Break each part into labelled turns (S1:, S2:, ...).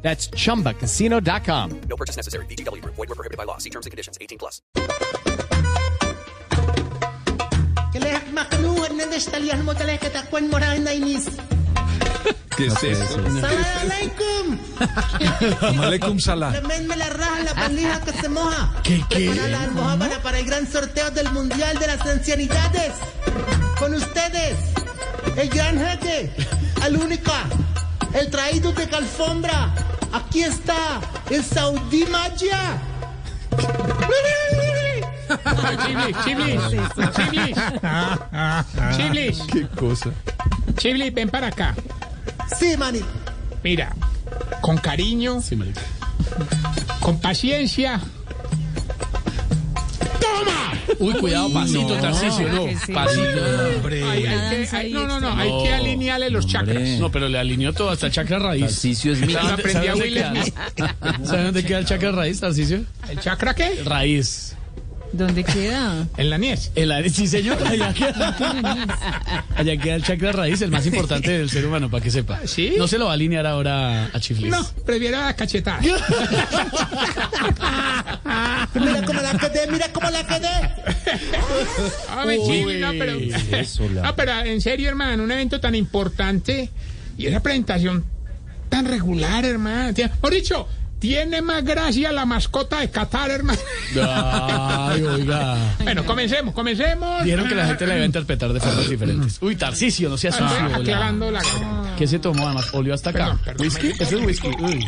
S1: That's chumbacasino.com.
S2: No purchase necessary. BGW. Void were prohibited by law. See terms and conditions. 18 plus.
S3: Kaleh Macnú Hernández Talias Motaleh Catacuán Morán Nainis.
S4: ¿Qué es eso?
S3: Salam alaikum.
S4: Malecum Salah.
S3: Tremenda la raja, la palija que se moja.
S4: ¿Qué, qué?
S3: Preparar la almohábana para el gran sorteo del Mundial de las Ancianidades. Con ustedes, el gran jeque, al única, el traído de Calfombra. Aquí está, el Saudí Magia.
S5: Chiblis, Chiblis, Chiblis, Chiblis,
S4: Qué cosa.
S5: Chiblis, ven para acá.
S3: Sí, mani.
S5: Mira, con cariño, con paciencia.
S6: Uy, cuidado, pasito, Tarcisio, no. Pasito.
S5: Hay- hay que- hay- no, no, no, hay que alinearle los chakras.
S6: No, pero le alineó todo hasta el chakra raíz.
S7: Tarcicio es mi
S5: Lo aprendí a Will Smith.
S6: ¿Saben dónde queda el chakra raíz, Tarcisio?
S5: ¿El chakra qué?
S6: Raíz.
S8: ¿Dónde queda?
S5: En la niez.
S6: El, ari- sí, señor. Allá queda, allá queda el chakra raíz, el más importante del ser humano, para que sepa.
S5: ¿Sí?
S6: No se lo va a alinear ahora a Chiflis.
S5: No, prefiero la cachetada.
S3: Mira cómo la quedé, mira cómo la quedé.
S5: Ah, me chiblis, no, pero, Ah, pero en serio, hermano, un evento tan importante y esa presentación tan regular, hermano. Tien- Por dicho, tiene más gracia la mascota de Qatar, hermano.
S6: Ay, oiga.
S5: Bueno, comencemos, comencemos.
S6: Dijeron que la gente la iba a interpretar de formas diferentes. Uy, Tarcisio, no seas
S5: Ah,
S6: sucio. hola.
S5: aclarando la garganta.
S6: ¿Qué se tomó además? Olió hasta acá.
S5: Perdón, perdón.
S6: ¿Whisky? Ese es whisky. Uy.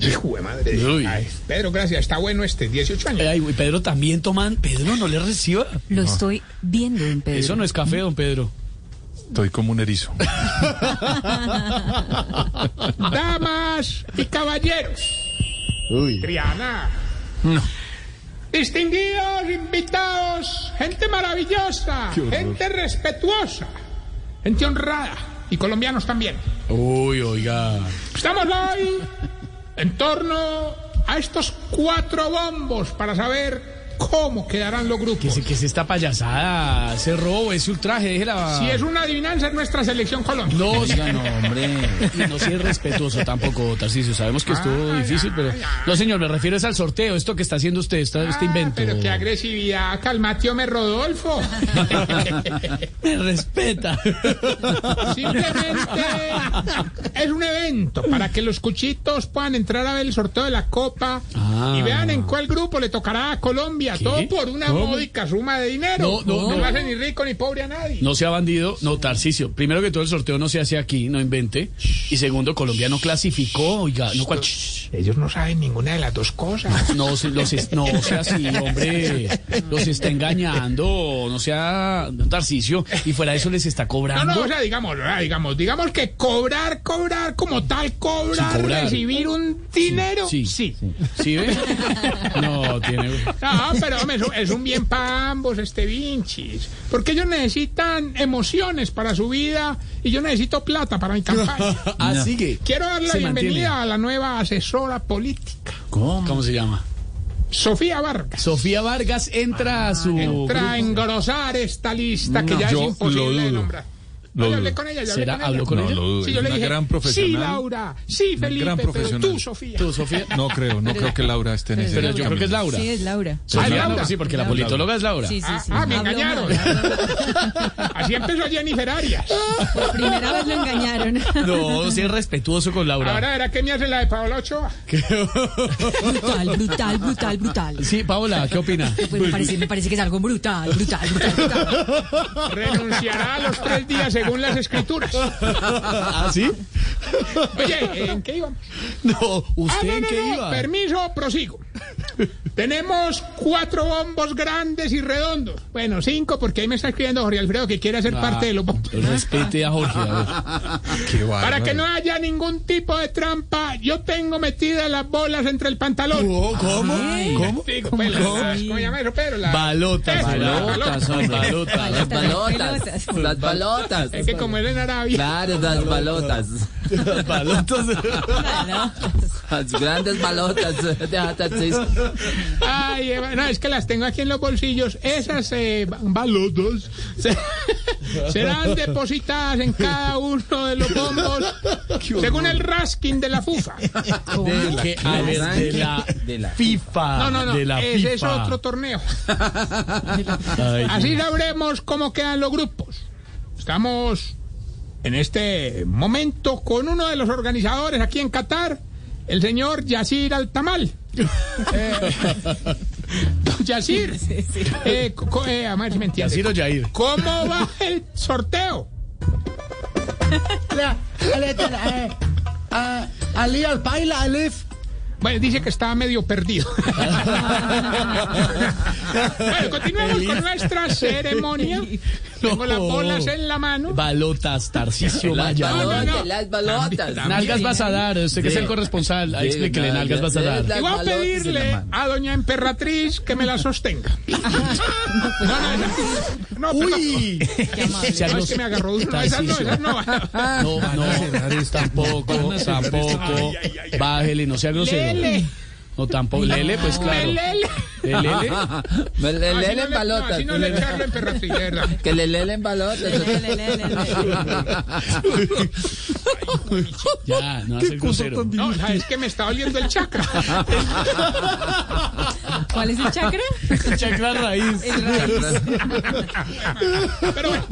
S5: Hijo de madre.
S6: Uy.
S5: Ay, Pedro, gracias. Está bueno este, 18 años.
S6: Ay, güey, Pedro también toman. Pedro, no le reciba.
S8: Lo estoy viendo, don Pedro.
S6: Eso no es café, don Pedro.
S4: Estoy como un erizo.
S5: Damas y caballeros. Triana. Distinguidos invitados, gente maravillosa, gente respetuosa, gente honrada y colombianos también.
S6: Uy, oiga.
S5: Estamos hoy en torno a estos cuatro bombos para saber cómo quedarán los
S6: Que
S5: grupos.
S6: se, que se esta payasada, ese robo, ese ultraje, déjela.
S5: Si es una adivinanza, es nuestra selección Colombia.
S6: No, oiga,
S7: Oiga, no, hombre.
S6: no. Y no si es respetuoso tampoco, Tarcisio. Sabemos que estuvo
S5: Ay,
S6: difícil,
S5: ay,
S6: pero.
S5: ay.
S6: No, señor, me refiero es al sorteo, esto que está haciendo usted, esta- este
S5: Ah,
S6: invento.
S5: Pero qué agresividad, calmate, hombre, Rodolfo.
S6: Me respeta.
S5: Simplemente es un evento para que los cuchitos puedan entrar a ver el sorteo de la copa
S6: Ah.
S5: y vean en cuál grupo le tocará a Colombia.
S6: ¿Qué?
S5: Todo por una
S6: ¿Cómo?
S5: módica suma de dinero.
S6: No, no, no.
S5: hace ni rico ni pobre a nadie.
S6: No sea bandido, no, Tarcisio. Primero que todo, el sorteo no se hace aquí, no invente. Y segundo, Colombia no clasificó, oiga, no cual.
S5: Ellos no saben ninguna de las dos cosas.
S6: No, se- los es- no sea así, hombre. Los está engañando. No sea Tarcicio. Y fuera de eso les está
S5: No,
S6: cobrando.
S5: no, o sea, digamos, ah, digamos, digamos que cobrar, cobrar como tal, cobrar,
S6: Sí, cobrar.
S5: recibir un dinero.
S6: sí,
S5: sí.
S6: ¿Sí ve? No, tiene.
S5: No, pero hombre, es un- es un bien para ambos, este Vinchis. Porque ellos necesitan emociones para su vida y yo necesito plata para mi campaña.
S6: Ah, sigue.
S5: Quiero dar la
S6: Se mantiene.
S5: bienvenida a la nueva asesora política,
S6: ¿Cómo se llama?
S5: Sofía Vargas.
S6: Sofía Vargas entra a su.
S5: Ah, Entra a engrosar esta lista que
S4: No,
S5: ya es
S4: yo lo
S5: imposible de
S4: dudo.
S5: nombrar.
S4: Lo
S5: No, yo hablé
S4: dudo.
S5: con ella, yo hablé
S6: ¿Será?
S5: con ella.
S6: ¿Habló con
S4: No,
S6: ella?
S4: lo dudo.
S5: Sí,
S4: Es
S5: yo le
S4: una
S5: dije,
S4: gran profesional.
S5: Sí, Laura, sí, Felipe,
S4: gran
S5: pero tú,
S4: profesional.
S5: Sofía.
S6: Tú, Sofía.
S4: No creo, no creo que Laura esté en ese
S6: Pero yo creo que es Laura.
S8: Sí, es Laura.
S6: Sofía,
S5: Ah,
S6: no,
S5: Laura.
S6: sí, porque la politóloga es Laura.
S8: Sí, sí, sí.
S5: Ah, me
S8: Habló
S5: engañaron.
S8: mal, habló mal.
S5: Así empezó Jennifer Arias.
S8: Por primera vez lo engañaron.
S6: No, sí es respetuoso con Laura.
S5: Ahora verá que me hace la de Paola Ochoa.
S8: Brutal, brutal, brutal, brutal.
S6: Sí, Paola, ¿qué opina?
S8: Pues me parece, me parece que es algo brutal, brutal, brutal. brutal.
S5: Renunciará a los tres días según las escrituras.
S6: ¿Ah, sí?
S5: Oye, ¿en qué íbamos?
S6: No,
S5: Ah,
S6: ¿usted
S5: no,
S6: en
S5: Ah, no,
S6: qué
S5: no,
S6: iba?
S5: permiso, prosigo. Tenemos cuatro bombos grandes y redondos. Bueno, cinco, porque ahí me está escribiendo Jorge Alfredo que quiere
S6: Ah.
S5: ser parte de los bombos.
S6: Respete a Jorge. a
S4: Qué
S5: Para
S4: bárbaro.
S5: que no haya ningún tipo de trampa, yo tengo metidas las bolas entre el pantalón.
S6: Oh,
S4: ¿Cómo? ¿Cómo?
S5: Digo, pues, las- ¿Cómo llama eso, Pedro?
S6: ver.
S5: Las-
S6: Balotas,
S5: Eso, las
S6: balotas, son balotas.
S8: Las
S7: Balotas, las balotas.
S5: Es que como él en Arabia.
S7: Claro, las balotas.
S6: Las balotas.
S7: Las grandes balotas de Atarcis.
S5: Ay, Eva, no, es que las tengo aquí en los bolsillos. Esas eh, ba- balotas se- serán depositadas en cada uno de los bombos según el rasking de la fufa.
S6: Que- a ver, de la,
S7: De la-
S6: FIFA.
S5: No, no, no.
S6: Ah, De la
S5: Ese es
S6: FIFA.
S5: otro torneo.
S6: Ay,
S5: Así sabremos cómo quedan los grupos. Estamos en este momento con uno de los organizadores aquí en Qatar, el señor Yacir Altamal. Eh, don Yacir, eh, co- co- eh, a ver si me entiende.
S6: Yacir o Yair.
S5: ¿Cómo va el sorteo?
S3: La- Ale- eh, ah, Ali al paila, Alif.
S5: Bueno, dice que estaba medio perdido. bueno, continuemos con nuestra ceremonia. Tengo las bolas en la mano.
S6: Balotas, Tarcisio
S7: Las
S6: Maya.
S5: no,
S7: balotas,
S5: no.
S7: las balotas.
S6: Nalgas vas a dar, usted que es el corresponsal, ahí
S7: Sí,
S6: explíquele,
S7: nalgas,
S6: nalgas vas a
S7: sí,
S6: dar.
S7: las
S5: Y voy a
S7: balotas en la
S5: pedirle
S7: mano.
S5: a doña emperatriz que me la sostenga. No, no, esa- no,
S6: Uy,
S5: perdón. No, es que me agarró duro. No, esas no, esas no.
S6: No, no, tampoco, tampoco. Bájele, no sea grosero.
S5: Lele.
S6: No, tampoco. Lele, pues claro.
S5: Lele.
S6: El Lele.
S7: Me le
S5: Así no
S7: lelen
S5: le- no,
S7: balotas.
S5: así no le charlo emperatriz, de verdad.
S7: Que le lelen balotas.
S6: Ya, no va a ser grosero.
S5: No, es que me está oliendo el chakra.
S8: ¿Cuál es el chakra?
S6: Chacra raíz.
S8: El raíz.
S5: Pero bueno,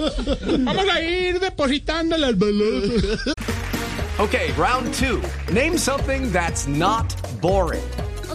S5: vamos a ir depositando las balotas.
S9: Okay, round two. Name something that's not boring.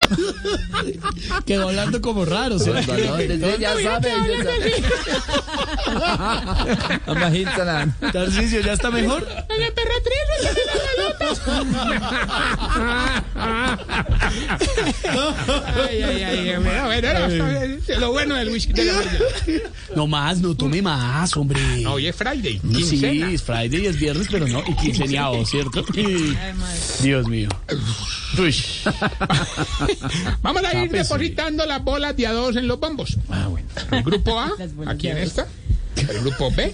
S6: Quedó hablando como raro,
S7: Las
S6: ¿sí?
S7: balotas, sí, ya saben. ya saben. Imagíntalas.
S6: Tarcisio, ¿ya está mejor?
S5: Doña emperatriz, Ay, ay, ay, bueno, bueno, era bastante- lo bueno del whisky de la mañana.
S6: No más, no tome más, hombre.
S5: No, Hoy es Friday,
S6: Sí,
S5: quincena.
S6: es Friday y es viernes, pero no, y quinceañado, ¿cierto? Y- Dios mío. Uy.
S5: Vamos a ir depositando las bolas de a dos en los bombos. Ah, bueno. El grupo A, aquí en esta. El grupo B,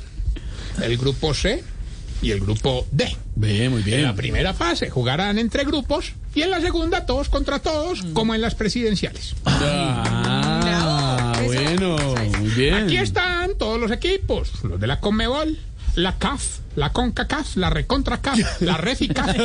S5: el grupo C y el grupo D.
S6: Ve, muy
S5: En la
S6: bien.
S5: primera fase jugarán entre grupos y en la segunda todos contra todos, como en las presidenciales.
S6: Ah, bueno, muy
S5: Aquí
S6: bien.
S5: están todos los equipos, los de la Conmebol, la CAF, la CONCACAF, la RecontraCAF, la REFICAF.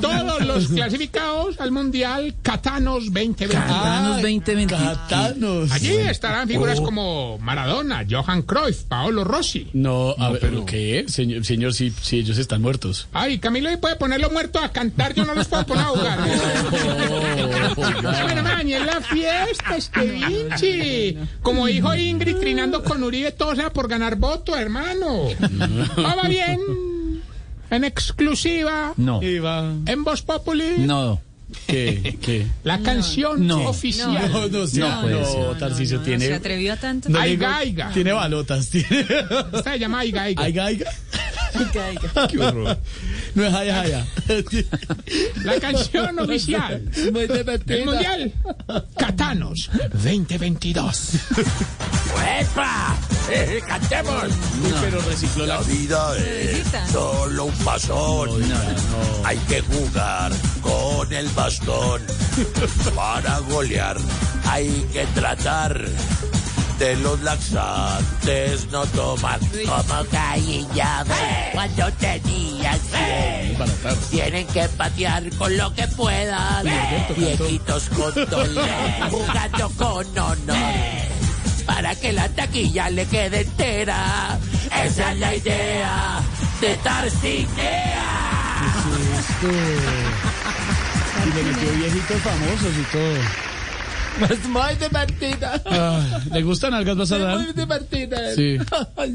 S5: todos los clasificados al Mundial Catanos 2020.
S7: Danos 20, 20.
S6: Catanos.
S5: Allí estarán figuras como Maradona, Johan Cruyff, Paolo Rossi.
S6: No, a ver, ¿pero qué? Señor, señor sí, sí, ellos están muertos.
S5: Ay, Camilo, ¿y puede ponerlo muerto a cantar? Yo no los puedo poner a jugar. No, bueno, man, y en la fiesta, este Vinci. Como dijo Ingrid, trinando con Uribe, todo sea por ganar votos, hermano. Vamos bien. En exclusiva,
S7: No,
S6: Iba.
S5: en Voz Populi,
S7: no.
S6: ¿Qué? ¿Qué?
S5: la canción
S7: No.
S5: oficial.
S6: No, no, sí,
S7: No puede ser.
S6: no, Tarcisio
S8: ¿Se
S6: tiene.
S8: atrevió a tanto?
S6: no
S5: Aiga,
S6: digo-
S5: aiga.
S6: Tiene balotas, tiene.
S5: Esta se llama Aiga Aiga.
S6: Aiga, aiga. No es haya, haya.
S5: La canción oficial.
S7: Muy divertida.
S5: El Mundial. Catanos 2022.
S10: ¡Epa! Eh, ¡Cantemos!
S6: Pero recicló la.
S10: La vida es
S8: Bebecita.
S10: solo un pasón. Hay que jugar con el bastón. Para golear hay que tratar de los laxantes no tomar. Como Caillaba cuando tenía cien. Tienen que patear con lo que puedan. Viejitos con dolor, jugando con honor.
S11: para que la taquilla le quede entera. Esa es la idea de Tarcinea.
S6: esto? Y le metió viejitos famosos y todo.
S7: Más, más de Martina.
S6: Ah, ¿Le gustan algas vas a dar?
S7: Más de Martina.
S6: Sí.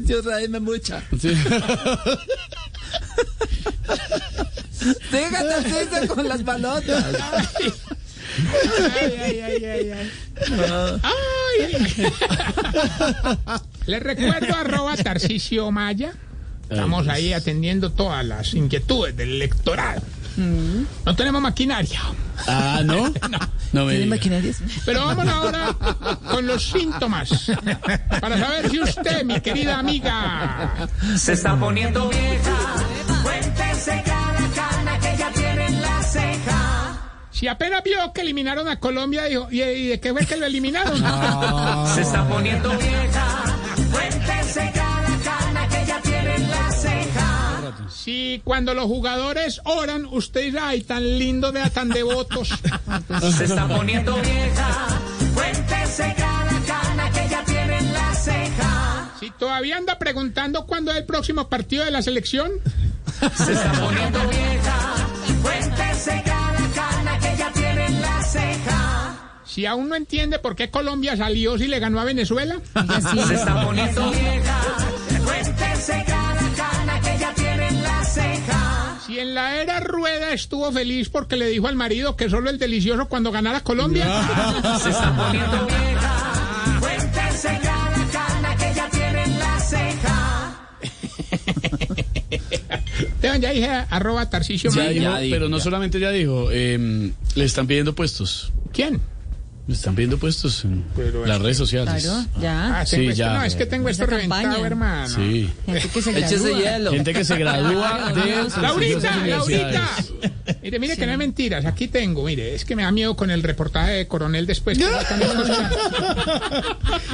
S7: Yo raíme mucha.
S6: Sí.
S7: Déjate hacerse con las balotas.
S5: Ay, ay, ay, ay, ay. Ay. Les recuerdo arroba Tarcisio Maya. Estamos ahí atendiendo todas las inquietudes del electorado. No tenemos maquinaria.
S6: Ah, ¿no? No me diga.
S7: maquinarias?
S6: Pues,
S5: Pero vamos ahora con los síntomas. Para saber si usted, mi querida amiga,
S11: Se está poniendo vieja. Cuéntese cada cana que ya tiene en la ceja.
S5: si apenas vio que eliminaron a Colombia, dijo, ¿y, y de qué fue que lo eliminaron?
S11: Se está poniendo vieja. Cuéntese cada cana que ya tiene en la ceja.
S5: Si cuando los jugadores oran, usted dice, ay, tan lindo, vea, tan devotos.
S11: Se está poniendo vieja. Cuéntese cada cana que ya tiene en la ceja.
S5: Si todavía anda preguntando cuándo es el próximo partido de la selección,
S11: Se está poniendo vieja. Cuéntese cada cana que ya tiene en la ceja.
S5: si aún no entiende por qué Colombia salió si le ganó a Venezuela,
S11: Se está poniendo vieja. Cuéntese cada cana que ya tiene en la ceja.
S5: si en la era rueda estuvo feliz porque le dijo al marido que solo el delicioso cuando ganara Colombia,
S11: Se está poniendo vieja. Cuéntese cada cana que ya tiene en la ceja.
S5: Esteban, ya dije arroba Tarcicio
S6: Ya
S5: Maya.
S6: dijo, pero no solamente ya dijo, eh, le están pidiendo puestos.
S5: ¿Quién?
S6: Le están pidiendo puestos en
S5: Pero
S6: las
S5: es-
S6: redes sociales.
S8: Claro,
S5: Ah,
S8: ya.
S5: tengo
S6: Sí,
S5: esto-
S6: ya.
S5: no, es que tengo esto
S8: Esa campaña.
S5: reventado, hermano.
S6: Sí.
S8: Gente que se
S7: Échese
S8: gradúa.
S7: hielo.
S6: Gente que se gradúa de
S5: Laurita,
S6: las
S5: Laurita.
S6: universidades.
S5: Mire, mire que no hay mentiras. Aquí tengo, mire, es que me da miedo con el reportaje de coronel después. Que sacan estos chats.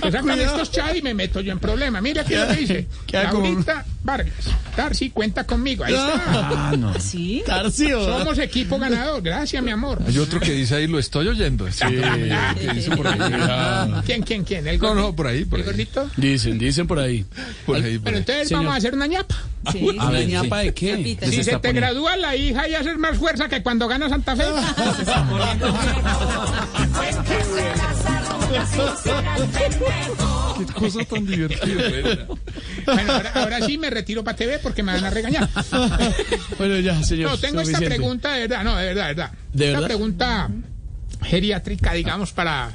S5: Que sacan estos chats y me meto yo en problema. Mira aquí lo que dice.
S6: queda como-
S5: Laurita Vargas. Tarsi, cuenta conmigo. Ahí está.
S6: Ah, no.
S8: Sí.
S6: Tarcio.
S5: Somos equipo ganador. Gracias, mi amor.
S4: Hay otro que dice ahí, lo estoy oyendo. Sí. que dice por ahí.
S6: Ah,
S5: ¿Quién, quién, quién? ¿El
S4: No,
S5: gordito?
S4: no, por ahí, por
S5: ¿El
S4: ahí.
S5: gordito?
S6: Dicen, dicen por ahí.
S4: Por ahí, por
S5: Pero
S4: ahí.
S5: entonces
S6: Señor.
S5: vamos a hacer una ñapa.
S7: Ah,
S8: Sí, sí.
S6: ¿A ver, ñapa de qué?
S8: Ñapita.
S5: Si
S8: Sí,
S5: se te gradúa la hija y haces más fuerza que cuando gana Santa Fe.
S4: Qué cosa tan divertida.
S5: Bueno, ahora, ahora sí me retiro para TV porque me van a regañar.
S6: Bueno, ya, señor.
S5: No, tengo esta
S6: suficiente.
S5: pregunta de verdad, no, de verdad, de verdad.
S6: ¿De
S5: esta
S6: verdad?
S5: pregunta geriátrica, digamos, para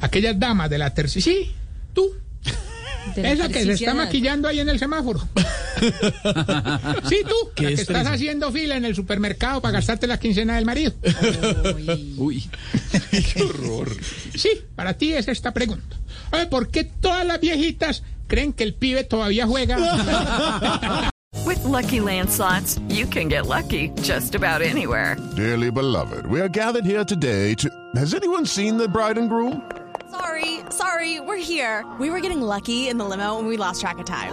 S5: aquellas damas de la tercera. Sí, tú.
S8: de la
S5: Esa que se está
S8: terciciedad.
S5: maquillando ahí en el semáforo. Sí, tú.
S6: Qué
S5: la que
S6: estrés.
S5: estás haciendo fila en el supermercado para gastarte la quincena del marido.
S8: Uy.
S6: Uy.
S4: Qué horror.
S5: Sí, para ti es esta pregunta. A ver, ¿por qué todas las viejitas creen que el pibe todavía juega?
S12: With Lucky Land slots, you can get lucky just about anywhere.
S13: Dearly beloved, we are gathered here today to. Has anyone seen the bride and groom?
S14: Sorry, sorry, we're here. We were getting lucky in the limo and we lost track of time.